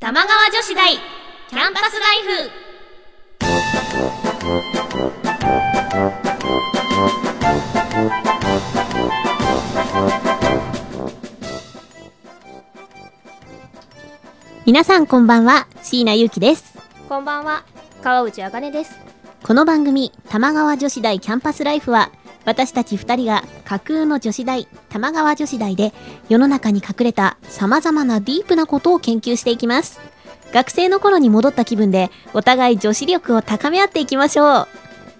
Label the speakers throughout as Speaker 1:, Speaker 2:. Speaker 1: 玉川女子大キャンパスライフ皆さんこんばんは椎名ゆきです
Speaker 2: こんばんは、川内あかねです。
Speaker 1: この番組玉川女子大キャンパスライフは私たち2人が架空の女子大玉川女子大で世の中に隠れた様々なディープなことを研究していきます学生の頃に戻った気分でお互い女子力を高め合っていきましょう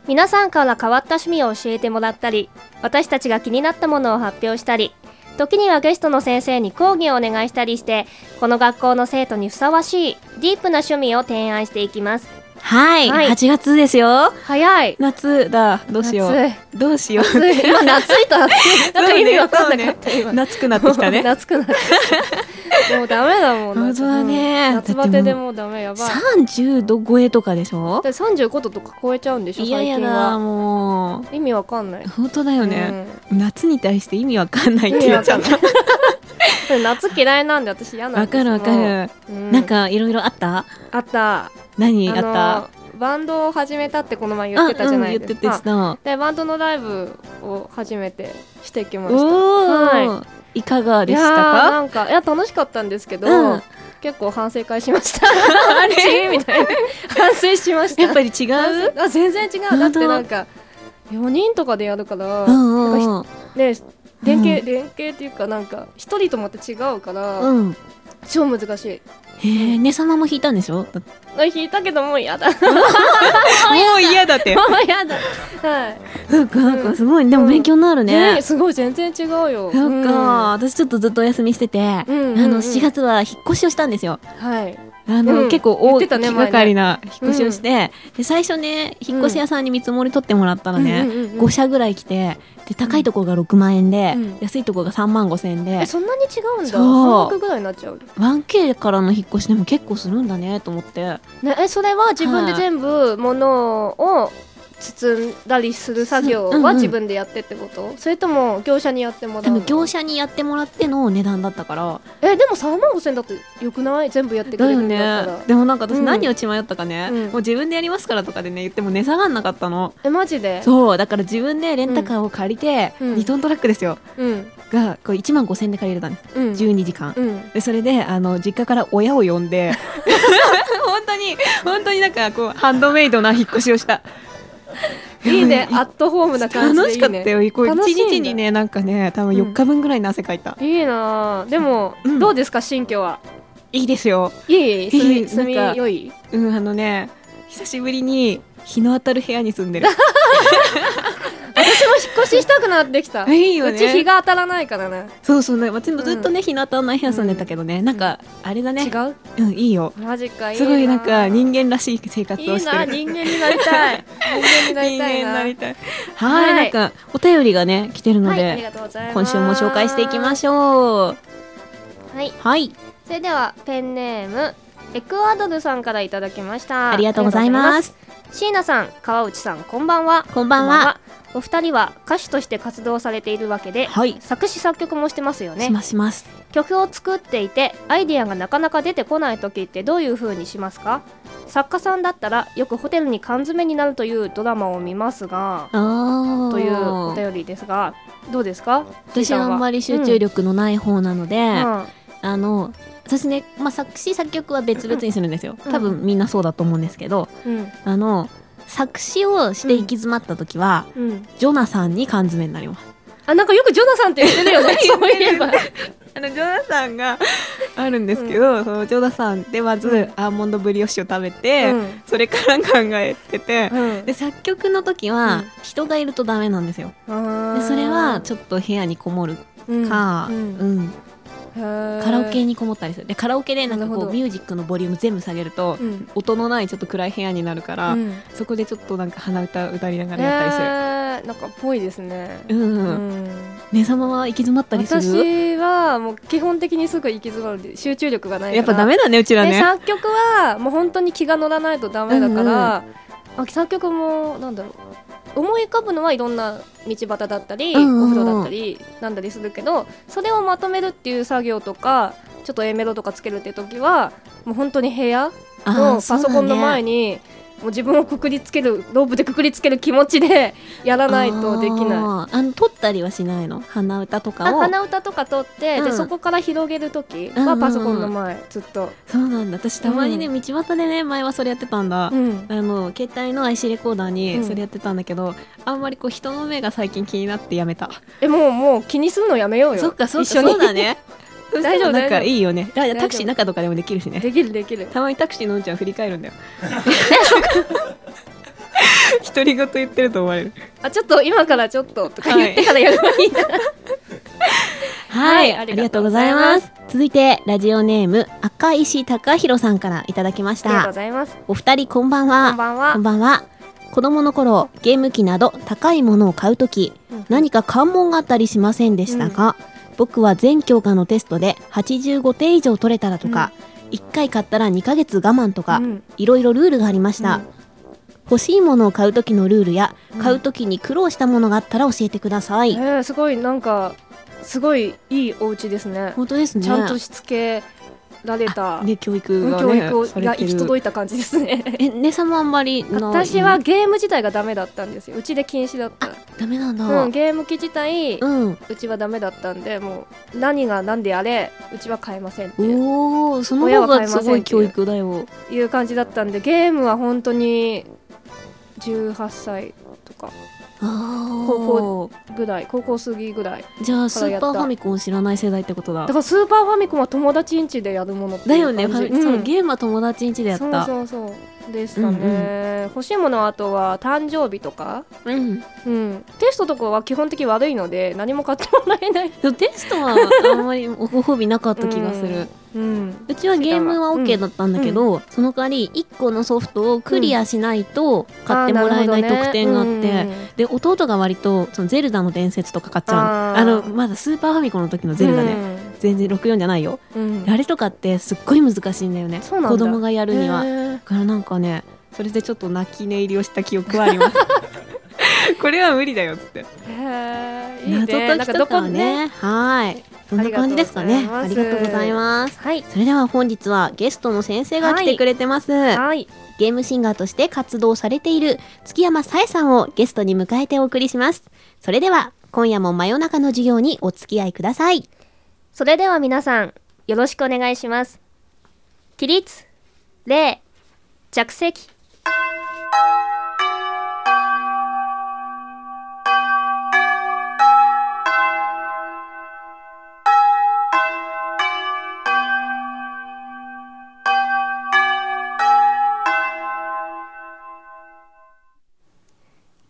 Speaker 2: 皆さんから変わった趣味を教えてもらったり、私たちが気になったものを発表したり、時にはゲストの先生に講義をお願いしたりして、この学校の生徒にふさわしいディープな趣味を提案していきます。
Speaker 1: はい、
Speaker 2: はい
Speaker 1: 8月ですよ
Speaker 2: 早い。
Speaker 1: 夏だどうしよう
Speaker 2: 暑い。
Speaker 1: どうしよ
Speaker 2: 暑 い。今夏いと暑い。なんか意味わかんなかった、
Speaker 1: う
Speaker 2: 今。
Speaker 1: 夏くなってきた ね
Speaker 2: 夏くなった。もうダメ だもん。
Speaker 1: 本当だね
Speaker 2: うん夏バテ
Speaker 1: だって
Speaker 2: で
Speaker 1: も
Speaker 2: もうダメやばい。だ
Speaker 1: 30度超えとかでしょ
Speaker 2: って35度とか超えちゃうんでしょ
Speaker 1: いや
Speaker 2: 最
Speaker 1: いや
Speaker 2: 近
Speaker 1: だ
Speaker 2: は。
Speaker 1: も。
Speaker 2: 意味わかんないう
Speaker 1: 本当だよね、
Speaker 2: うん
Speaker 1: 夏に対して意味わかんないって
Speaker 2: 意味
Speaker 1: 言っ
Speaker 2: わ
Speaker 1: ちゃ
Speaker 2: か
Speaker 1: うん
Speaker 2: ない夏嫌いなんで私嫌なん
Speaker 1: わ
Speaker 2: です
Speaker 1: かるわか、る、
Speaker 2: う
Speaker 1: なんかいろいろあった
Speaker 2: あった
Speaker 1: 何
Speaker 2: あ
Speaker 1: あった
Speaker 2: のバンドを始めたってこの前言ってたじゃないです
Speaker 1: あうん、
Speaker 2: か、
Speaker 1: 言ってて
Speaker 2: でバンドのライブを初めてしてきま
Speaker 1: た
Speaker 2: した
Speaker 1: おお、、
Speaker 2: はい
Speaker 1: かが
Speaker 2: い
Speaker 1: でし
Speaker 2: やー
Speaker 1: た
Speaker 2: な
Speaker 1: か
Speaker 2: んかいや楽しかったんですけど、
Speaker 1: うん
Speaker 2: 結構反省会しま したあれ みたいな反省しました
Speaker 1: やっぱり違う
Speaker 2: あ全然違うだってなんか4人とかでやるから、
Speaker 1: うんうん
Speaker 2: で連携、
Speaker 1: う
Speaker 2: 連携っていうかなんか1人とまた違うから、
Speaker 1: うんうん
Speaker 2: 超難しい
Speaker 1: へえねさまも弾いたんでしょだって
Speaker 2: 弾いたけどもう嫌だも
Speaker 1: もう嫌だ って
Speaker 2: う嫌だはい
Speaker 1: なんかなんかすごいでも勉強になるね、
Speaker 2: ねすごい全然違うよ
Speaker 1: なんか、私ちょっとずっとお休みしてて、
Speaker 2: うんうんうん
Speaker 1: あの7月は引っ越しをしたんですよ
Speaker 2: うんはい
Speaker 1: あの、
Speaker 2: うん
Speaker 1: 結構
Speaker 2: 言っ
Speaker 1: 大
Speaker 2: てたね
Speaker 1: 気がかりな引っ越しをして、で最初ね引っ越し屋さんに見積もり取ってもらったのね、
Speaker 2: うんうんうんうん
Speaker 1: 5社ぐらい来てで高いとこが6万円で、
Speaker 2: うん
Speaker 1: 安いとこが3万5千円で
Speaker 2: え、そんなに違うんだ
Speaker 1: そう
Speaker 2: 半額ぐらいになっちゃう
Speaker 1: 1K からの引っ越しでも結構するんだねと思って
Speaker 2: ねえそれは自分で全部物を包んだりする作
Speaker 1: う
Speaker 2: 業
Speaker 1: んうんう
Speaker 2: は
Speaker 1: ん
Speaker 2: 自分でやってってこと、それとも業者にやっても
Speaker 1: 多
Speaker 2: らうの
Speaker 1: 分業者にやってもらっての値段だったから
Speaker 2: えでも3万5千だってよくない全部やってく
Speaker 1: だ
Speaker 2: れ
Speaker 1: よ
Speaker 2: るんだったら
Speaker 1: ねでもなんか私
Speaker 2: うん
Speaker 1: 何を血迷ったかね、
Speaker 2: うん
Speaker 1: もう自分でやりますからとかでね言っても値下がんなかったの、
Speaker 2: えマジで
Speaker 1: そうだから自分でレンタカーを借りて、
Speaker 2: うん
Speaker 1: 2トントラックですよ
Speaker 2: うん
Speaker 1: がこう1万5千円で借りれたの
Speaker 2: うん
Speaker 1: 12時間、
Speaker 2: うん
Speaker 1: でそれであの実家から親を呼ん で本当に本当になんかこうハンドメイドな引っ越しをした
Speaker 2: いいねアットホームな感じ
Speaker 1: 楽
Speaker 2: でい
Speaker 1: し
Speaker 2: い
Speaker 1: か
Speaker 2: ね
Speaker 1: ったよこう
Speaker 2: 楽
Speaker 1: 一
Speaker 2: しいんだ
Speaker 1: 日にねなんかね多分
Speaker 2: うん
Speaker 1: 4日分ぐらいの汗かいた、
Speaker 2: いいなあでも、
Speaker 1: うん
Speaker 2: どうですか新居はい
Speaker 1: いですよ
Speaker 2: いい
Speaker 1: い
Speaker 2: 住
Speaker 1: い
Speaker 2: み住み
Speaker 1: なんか
Speaker 2: よい
Speaker 1: うんあのね久しぶりに日の当たる部屋に住 んでる
Speaker 2: 私も引っ越ししたくなってきた
Speaker 1: いいよ
Speaker 2: うち日
Speaker 1: ね
Speaker 2: が当たらないからね
Speaker 1: そうそうね私もずっとね、日の当たらない部屋住んでたけどね、なんかあれだ
Speaker 2: 違
Speaker 1: ね
Speaker 2: う
Speaker 1: うんいいよ
Speaker 2: マジかいい
Speaker 1: すごいなんか人間らしい生活
Speaker 2: いい
Speaker 1: をして
Speaker 2: な
Speaker 1: る
Speaker 2: 人間になりた い人間に
Speaker 1: 人間
Speaker 2: なりたい
Speaker 1: に
Speaker 2: な
Speaker 1: なりたいはい、
Speaker 2: はい
Speaker 1: なんかお便りがね来てるの
Speaker 2: はい
Speaker 1: で、
Speaker 2: ありがとうございま
Speaker 1: 今
Speaker 2: す
Speaker 1: 週も紹介していきま
Speaker 2: ょ
Speaker 1: しょう
Speaker 2: うはい
Speaker 1: はい
Speaker 2: それではペンネームエクアドルさんからいただきました
Speaker 1: ありがとうござい
Speaker 2: ありがとうございま
Speaker 1: ますす
Speaker 2: 椎名さん川内さんこんばんは
Speaker 1: こんばんは
Speaker 2: お二人は歌手として活動されているわけで、
Speaker 1: はい
Speaker 2: 作詞作曲もしてますよね
Speaker 1: しますします
Speaker 2: 曲を作っていてアイディアがなかなか出てこない時ってどういう風にしますか作家さんだったらよくホテルに缶詰になるというドラマを見ますが
Speaker 1: あ
Speaker 2: というお便りですがどうですか
Speaker 1: 私はあんまり集中、力のない方なので、
Speaker 2: うんうん
Speaker 1: あの私ね、まあ、作詞作曲は別々にするんですよ、
Speaker 2: うん
Speaker 1: 多分みんなそうだと思うんですけど
Speaker 2: うん
Speaker 1: あの作詞をして行き詰まった時は、
Speaker 2: うん、
Speaker 1: ジョナサンに缶詰になります
Speaker 2: あなんかよくジョナさんって言って るよねそういえば
Speaker 1: あのジョナサンが あるんですけど、そのジョナサンでまず、
Speaker 2: うん
Speaker 1: アーモンドブリオッシュを食べて、
Speaker 2: うん
Speaker 1: それから考えてて、
Speaker 2: うん
Speaker 1: で作曲の時は、
Speaker 2: うん
Speaker 1: 人がいるとダメなんですよでそれはちょっと部屋にこもるか、
Speaker 2: うん
Speaker 1: うんカ
Speaker 2: カ
Speaker 1: ラオケにこもったりするでカラオケでなんか
Speaker 2: な
Speaker 1: こ
Speaker 2: る
Speaker 1: う
Speaker 2: ほど
Speaker 1: ミュージックのボリューム全部下げると、
Speaker 2: うん
Speaker 1: 音のないちょっと暗い部屋になるから、
Speaker 2: うん
Speaker 1: そこでちょっとなんか鼻歌歌いながらやったりする、
Speaker 2: えーなんかぽいですね
Speaker 1: うん、
Speaker 2: うん
Speaker 1: 目覚まは行き詰まったりする
Speaker 2: 私はもう基本的にすぐ行き詰まるんで集中力がないから
Speaker 1: やっぱダメだねうちら
Speaker 2: で
Speaker 1: ね
Speaker 2: 作曲はもう本当に気が乗らないとダメだから、あ作曲もなんだろう思い浮かぶのはいろんな道端だったり、
Speaker 1: うんうんうん
Speaker 2: お風呂だったりなんだりするけどそれをまとめるっていう作業とかちょっと A メロとかつけるって時はもう本当に部屋
Speaker 1: あー
Speaker 2: のパソコンの前
Speaker 1: に
Speaker 2: に、もう自分をくくりつけるロープでくくりつける気持ちで やらないとできない。
Speaker 1: いあの撮ったりはしないの鼻歌とか
Speaker 2: あ
Speaker 1: を
Speaker 2: 鼻歌とか撮って、
Speaker 1: う
Speaker 2: で
Speaker 1: ん
Speaker 2: そこから広げる時
Speaker 1: うんうんう
Speaker 2: は
Speaker 1: ん
Speaker 2: パソコンの前ずっと、
Speaker 1: そうなんだ私たまにね、道端でね前はそれやってたんだ、
Speaker 2: うん
Speaker 1: あの携帯の IC レコーダー
Speaker 2: う
Speaker 1: に
Speaker 2: ん
Speaker 1: それやってたんだけど、あんまりこう人の目が最近気になってやめた
Speaker 2: えもうもう気にするのやめようよ
Speaker 1: そっかそっか
Speaker 2: 一緒に
Speaker 1: そうだね そした
Speaker 2: 大丈
Speaker 1: ら
Speaker 2: 夫
Speaker 1: なんか
Speaker 2: 大丈夫
Speaker 1: いいよねあ
Speaker 2: 夫
Speaker 1: タクシー中とかでもできるしね
Speaker 2: できるできる
Speaker 1: たまにタクシーのうんちゃん振り返るん だよ独り言言ってると思われる
Speaker 2: あちょっと今からちょっととか言ってからやれば いいな、
Speaker 1: はい、
Speaker 2: はい
Speaker 1: ありがとうございます続いてラジオネーム赤石隆弘さんからいただきまし
Speaker 2: ありがと
Speaker 1: た
Speaker 2: うございます
Speaker 1: お二人こんばん
Speaker 2: こ
Speaker 1: は
Speaker 2: んばんは
Speaker 1: こんばんは。子供の頃、ゲーム機など高いものを買うとき、
Speaker 2: うん
Speaker 1: 何か関門があったりしませんでしたが、僕は全教科のテストで85点以上取れたらとか、1回買ったら2ヶ月我慢とか、
Speaker 2: うん
Speaker 1: いろいろルールがありました。
Speaker 2: うん
Speaker 1: 欲しいものを買うときのルールや、
Speaker 2: うん
Speaker 1: 買うときに苦労したものがあったら教えてください。
Speaker 2: えー、すごいなんかすごいいいお家ですね
Speaker 1: 本当ですね。
Speaker 2: ちゃんとしつけられた、
Speaker 1: ね、教育が、ね、
Speaker 2: 教育を
Speaker 1: さ
Speaker 2: が
Speaker 1: れて
Speaker 2: 行
Speaker 1: る
Speaker 2: き届いた感じですね
Speaker 1: え、姉さんもあんまりない
Speaker 2: 私は、ゲーム自体がダメだったんですようちで禁止だった
Speaker 1: ダメなんだ。
Speaker 2: うん、ゲーム機自体、う
Speaker 1: うん
Speaker 2: ちはダメだったんでもう何が何であれうちは買えませんっていう
Speaker 1: おおその
Speaker 2: 親
Speaker 1: 方
Speaker 2: は買
Speaker 1: が
Speaker 2: えますせんっていう
Speaker 1: ごい教育だよ
Speaker 2: いう感じだったんでゲームは本当に18歳とか
Speaker 1: あ
Speaker 2: 高
Speaker 1: 校
Speaker 2: ぐらい高校過ぎぐらい
Speaker 1: じゃあス
Speaker 2: からや
Speaker 1: ー
Speaker 2: った
Speaker 1: パーファミコンを知らない世代ってことだ
Speaker 2: だからスーパーファミコンは友達ん家でやるものって
Speaker 1: だ
Speaker 2: いう
Speaker 1: よ
Speaker 2: 感じ
Speaker 1: ねファミ
Speaker 2: うん
Speaker 1: そうゲームは友達ん家でやった
Speaker 2: そうそうそうでしたね、
Speaker 1: うん
Speaker 2: 欲しいものはあとは誕生日とか、
Speaker 1: うん
Speaker 2: うん、テストとかは基本的に悪いので何も買ってもらえない、
Speaker 1: でもテスト はあんまりご褒美なかった気がする
Speaker 2: うん、
Speaker 1: うちはゲームは
Speaker 2: うん
Speaker 1: OK だったんだけど、その代わり1個のソフトをクリアしないと買ってもらえない特典があって、で弟が割とそのゼルダの伝説とか買っちゃうの
Speaker 2: あ
Speaker 1: あ
Speaker 2: ー
Speaker 1: のまだスーパーファミコンの時のゼルダね、全然64じゃないよ
Speaker 2: うん
Speaker 1: あれとかってすっごい難しいんだよね
Speaker 2: そうなん
Speaker 1: 子
Speaker 2: だ
Speaker 1: 供がやるには、だ
Speaker 2: へー
Speaker 1: からなんかねそれでちょっと泣き寝入りをした記憶はあり ますこれは無理だよっつって
Speaker 2: へーいいね
Speaker 1: 謎解
Speaker 2: なん
Speaker 1: き
Speaker 2: か
Speaker 1: と
Speaker 2: ど
Speaker 1: か
Speaker 2: こ
Speaker 1: はねはいそんな感じですかねあ
Speaker 2: あ
Speaker 1: り
Speaker 2: り
Speaker 1: が
Speaker 2: が
Speaker 1: とう
Speaker 2: とう
Speaker 1: ご
Speaker 2: ご
Speaker 1: ざ
Speaker 2: ざ
Speaker 1: い
Speaker 2: い
Speaker 1: ます
Speaker 2: はい
Speaker 1: それでは本日はゲストの先生が来てくれてます、
Speaker 2: はい
Speaker 1: ゲームシンガーとして活動されている月山さえさんをゲストに迎えてお送りしますそれでは今夜も真夜中の授業にお付き合いください
Speaker 2: それでは皆さんよろしくお願いします起立礼着席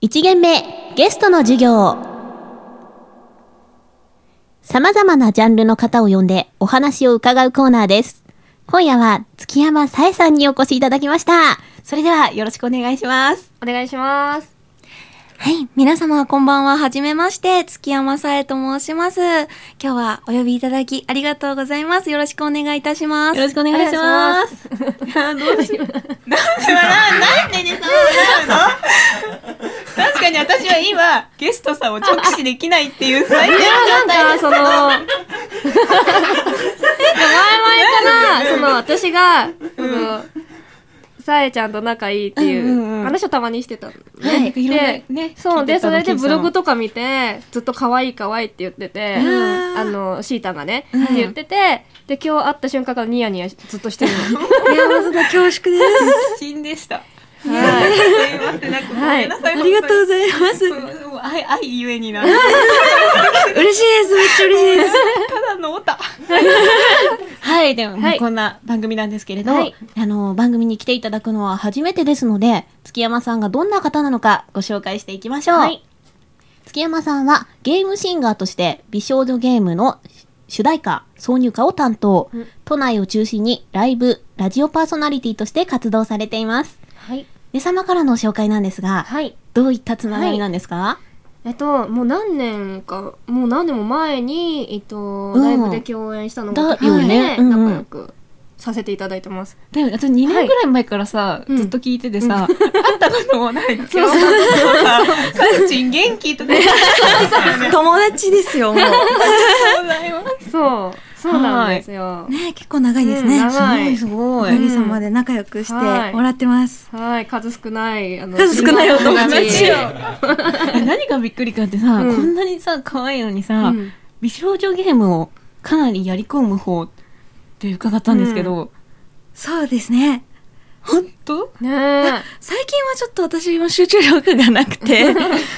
Speaker 1: 1限目、ゲストの授業。様々なジャンルの方を呼んでお話を伺うコーナーです。今夜は月山さえさんにお越しいただきました。それではよろしくお願いします。
Speaker 2: お願いします
Speaker 3: はい。皆様、こんばんは。はじめまして。月山さえと申します。今日はお呼びいただきありがとうございます。よろしくお願いいたします。
Speaker 1: よろしくお願いします。あどうしよう。なんで笑うなんでね、 そうなるの確かに私は今、ゲストさんを直視できないって いう最低の
Speaker 2: なんかそのなんか前々からその私がそのさえちゃんと仲いいってい
Speaker 1: うんうんうん
Speaker 2: う話をたまにしてたの
Speaker 1: はいいろんなね
Speaker 2: で
Speaker 1: 聞いてた
Speaker 2: そうでそれでブ
Speaker 1: 金さ
Speaker 2: ロ
Speaker 1: ん
Speaker 2: グとか見てずっと可愛い可愛いって言っててあのシータがねって言っててで今日会った瞬間からニヤニヤずっとしてるの
Speaker 3: いや、まずだ恐縮で す。
Speaker 1: 真でした。
Speaker 2: はい
Speaker 1: すいません、なんかごめんなさい。
Speaker 3: ありがとうございます。
Speaker 1: もう愛愛ゆえにな
Speaker 3: 嬉しいです。めっちゃ嬉しいです。
Speaker 1: ただのオ タはいでも、まあ
Speaker 2: はい
Speaker 1: こんな番組なんですけれど、
Speaker 2: はい
Speaker 1: あの番組に来ていただくのは初めてですので月山さんがどんな方なのかご紹介していきましょう、
Speaker 2: はい
Speaker 1: 月山さんはゲームシンガーとして美少女ゲームの主題歌挿入歌を担当、
Speaker 2: うん
Speaker 1: 都内を中心にライブラジオパーソナリティとして活動されています
Speaker 2: はい
Speaker 1: ね様からの紹介なんですが、
Speaker 2: はい
Speaker 1: どういったつながりなんですか、
Speaker 2: えっと、もう何年か、もう何年も前に、えっと、
Speaker 1: うん
Speaker 2: ライブで共演したのが
Speaker 1: だ
Speaker 2: きっかけ
Speaker 1: よねう
Speaker 2: で、
Speaker 1: んうん
Speaker 2: 仲良くさせていただいてます。
Speaker 1: でも私2年ぐらい前からさ、
Speaker 2: うん
Speaker 1: ずっと聞いててさ、会ったこともないけどさ「サウチン 元気?」とか「ありがとう
Speaker 3: 友達ですよ、もう。
Speaker 1: ございます
Speaker 2: そう。そうなんですよ。
Speaker 3: ね結構長いです
Speaker 2: う
Speaker 3: ね。
Speaker 2: ん長い
Speaker 3: すごいすごい。
Speaker 2: うん
Speaker 3: おかげさまで仲良くして
Speaker 2: はい
Speaker 3: もらってます。
Speaker 2: はい、数少ない、あの、
Speaker 3: 数少ないお友
Speaker 2: リモート
Speaker 3: 達
Speaker 2: 友
Speaker 1: え何がびっくりかってさ、
Speaker 2: うん
Speaker 1: こんなにさ可愛いのにさ、
Speaker 2: うん
Speaker 1: 美少女ゲームをかなりやり込む方って伺ったんですけど、
Speaker 3: そうですね。
Speaker 1: 本当
Speaker 2: ね
Speaker 3: 最近はちょっと私も集中力がな くて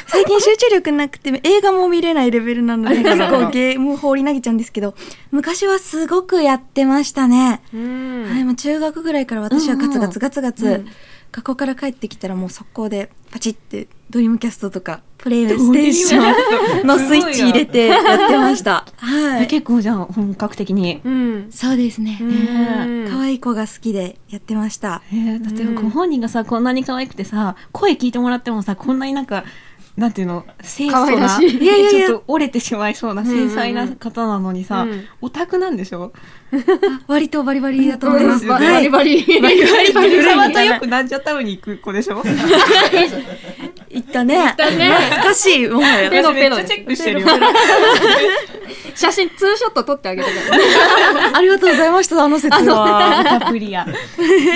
Speaker 3: 最近集中力なくて映画も見れないレベルなの で結構ゲームを放り投げちゃうんですけど昔はすごくやってましたね、
Speaker 2: え。うん
Speaker 3: はい、もう中学ぐらいから私はガツガツガツガツ、
Speaker 1: うん
Speaker 3: 学校から帰ってきたらもう速攻でパチってドリームキャストとかプレイステーション のスイッチ入れてやってま したは
Speaker 1: え
Speaker 3: い
Speaker 1: 結構じゃあ本格的に。
Speaker 2: うん。
Speaker 3: そうですね
Speaker 2: うん
Speaker 3: 可愛い子が好きでやってました
Speaker 1: えーだって
Speaker 2: うん
Speaker 1: ご本人がさこんなに可愛くてさ声聞いてもらってもさこんなになんかなんていうの清楚
Speaker 2: 可
Speaker 1: な
Speaker 2: 愛らしい
Speaker 3: いやいやいや
Speaker 1: ちょっと折れてしまいそうな
Speaker 2: うんうんうん
Speaker 1: 繊細な方なのにさ、
Speaker 2: うん
Speaker 1: オタクなんでしょ
Speaker 3: あ割とバリバリだと思います、
Speaker 1: うん
Speaker 2: バ
Speaker 3: はい
Speaker 2: リバリ。バリバリ。バリ
Speaker 1: 浦
Speaker 2: バ
Speaker 1: 和
Speaker 2: リ。
Speaker 1: とよくなんじゃタウンに行く子でしょ
Speaker 3: 行ったね。行
Speaker 2: たね
Speaker 3: 懐かしい。もうや
Speaker 2: ペロ
Speaker 1: め
Speaker 2: ペ
Speaker 1: っ
Speaker 2: ロ
Speaker 1: ち
Speaker 2: です
Speaker 1: ゃチェックしてるよ
Speaker 2: 写真、ツーショット撮ってあげてくだ
Speaker 3: ありがとうございました、あの説は。
Speaker 1: オタクリア
Speaker 2: さい。